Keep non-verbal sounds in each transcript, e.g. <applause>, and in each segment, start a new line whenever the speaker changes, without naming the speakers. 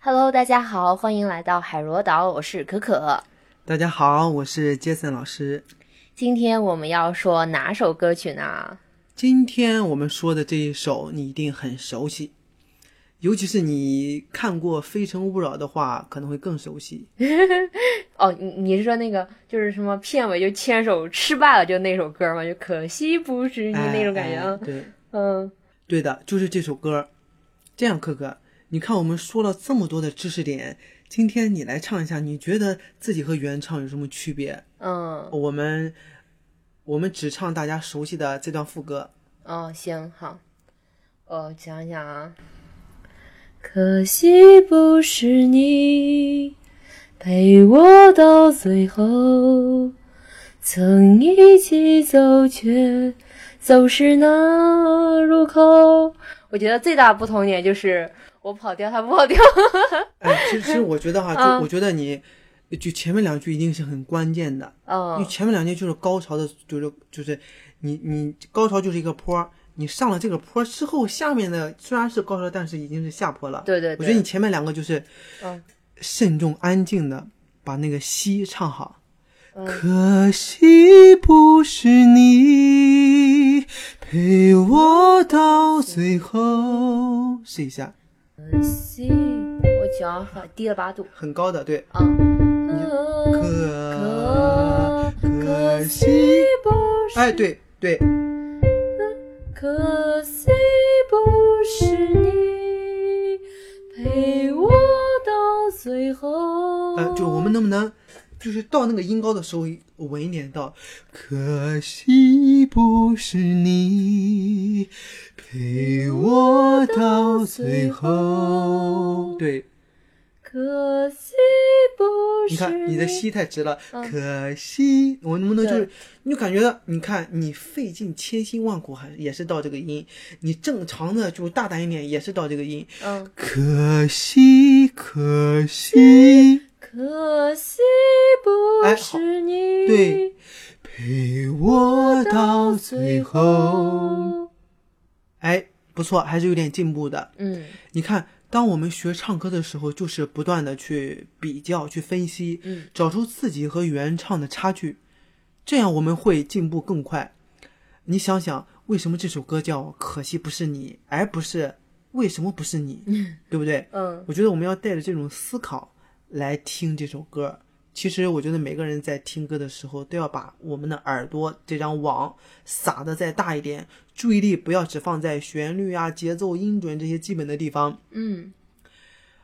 Hello，大家好，欢迎来到海螺岛，我是可可。
大家好，我是杰森老师。
今天我们要说哪首歌曲呢？
今天我们说的这一首你一定很熟悉，尤其是你看过《非诚勿扰》的话，可能会更熟悉。
哦，你你是说那个就是什么片尾就牵手失败了就那首歌吗？就可惜不是你那种感觉
哎
啊
哎，对，
嗯，
对的，就是这首歌。这样，可可，你看我们说了这么多的知识点，今天你来唱一下，你觉得自己和原唱有什么区别？
嗯
我们我们只唱大家熟悉的这段副歌。
哦，行好，我想想啊，可惜不是你陪我到最后，曾一起走却走失那路口。我觉得最大不同点就是我跑调，他不跑调。
哎，其实其实我觉得哈，
嗯
就我觉得你就前面两句一定是很关键的。因为
嗯
前面两句就是高潮的，就是就是你你高潮就是一个坡儿，你上了这个坡儿之后，下面的虽然是高潮，但是已经是下坡了。
对对对
我觉得你前面两个就是
嗯
慎重安静的把那个西唱好。
嗯
可惜不是你陪我到最后，试一下，
可惜我脚好低了八度
很高的，对。
啊。可
可
嗯可可惜不是
哎，对对，
可惜不是你陪我到最后。
呃，就我们能不能，就是到那个音高的时候稳一点到。可惜不是你陪我到最后。对，
可惜不是
你看你的膝太直了。
嗯
可惜，我能不能就是
对，
你就感觉到，你看你费尽千辛万苦还也是到这个音，你正常的就大胆一点也是到这个音。
嗯，
可惜，可惜。
可惜不
哎
是你、
对陪我到最后。。哎，不错，还是有点进步的。
嗯
你看，当我们学唱歌的时候，就是不断的去比较、去分析，
嗯，
找出自己和原唱的差距，这样我们会进步更快。你想想，为什么这首歌叫《可惜不是你》，而不是为什么不是 <laughs> 你，对不对？
嗯
我觉得我们要带着这种思考来听这首歌。其实我觉得每个人在听歌的时候，都要把我们的耳朵这张网撒的再大一点，注意力不要只放在旋律啊、节奏、音准这些基本的地方。
嗯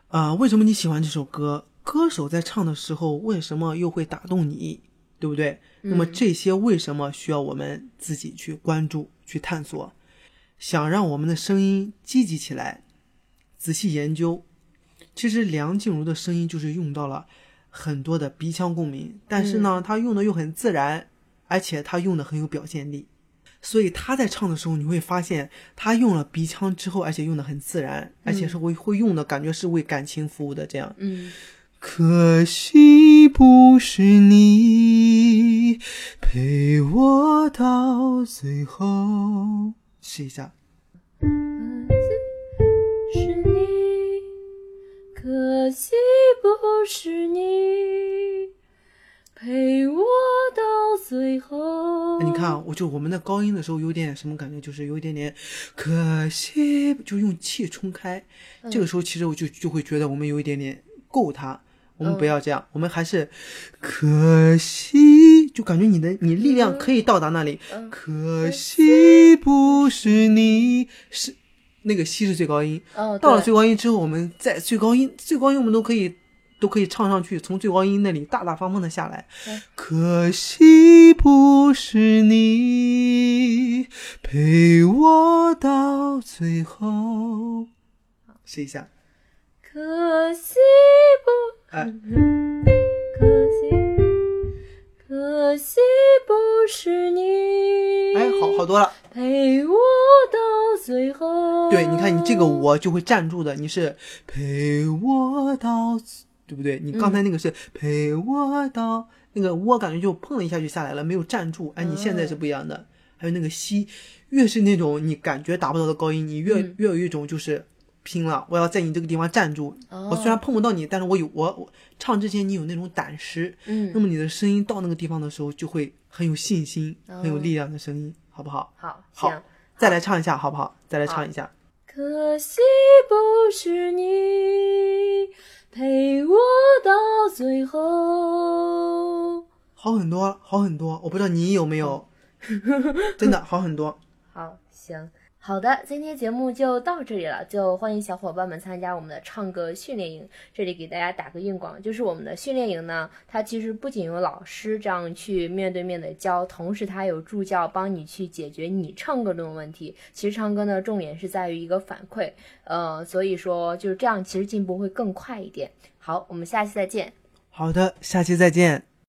呃，为什么你喜欢这首歌？歌手在唱的时候，为什么又会打动你？对不对？那么这些为什么需要我们自己去关注、去探索？想让我们的声音积极起来，仔细研究。其实梁静茹的声音就是用到了很多的鼻腔共鸣，但是呢，她用的又很自然，而且她用的很有表现力。所以她在唱的时候，你会发现她用了鼻腔之后，而且用的很自然，而且是会会用的感觉是为感情服务的这样。
嗯
可惜不是你陪我到最后。试一下，
是你，可惜不是你陪我到最后。
哎你看，啊，我就我们的高音的时候有点什么感觉，就是有一点点可惜，就用气冲开。这个时候其实我就就会觉得我们有一点点够它，我们不要这样，我们还是可惜，就感觉你的你力量可以到达那里。
嗯
可惜不是你，是那个西是最高音。
嗯，
到了
对
最高音之后，我们在最高音，最高音我们都可以都可以唱上去，从最高音那里大大方方的下来。
嗯
可惜不是你陪我到最后，试一下。
可惜不，
哎
可惜，可惜不是你。
哎，好好多了。
陪我到最后。
对，你看你这个我就会站住的，你是陪我到最，对不对？你刚
嗯
才那个是陪我到、那个我感觉就碰了一下就下来了，没有站住。哎，你现在是
嗯
不一样的。还有那个西，越是那种你感觉达不到的高音，你越、
嗯
越有一种就是拼了，我要在你这个地方站住。
哦
我虽然碰不到你，但是我有我我唱之前你有那种胆识，
嗯
那么你的声音到那个地方的时候就会很有信心，很有力量的声音，好不好？
哦好，
好
行。
再来唱一下，好不好？再来唱一下。
可惜不是你陪我到最后。
好很多，好很多。我不知道你有没有， <laughs> 真的好很多。
好，行，好的，今天节目就到这里了，就欢迎小伙伴们参加我们的唱歌训练营。这里给大家打个硬广，就是我们的训练营呢，它其实不仅有老师这样去面对面的教，同时它有助教帮你去解决你唱歌中的问题。其实唱歌呢，重点是在于一个反馈，呃，所以说就是这样，其实进步会更快一点。好，我们下期再见。
好的，下期再见。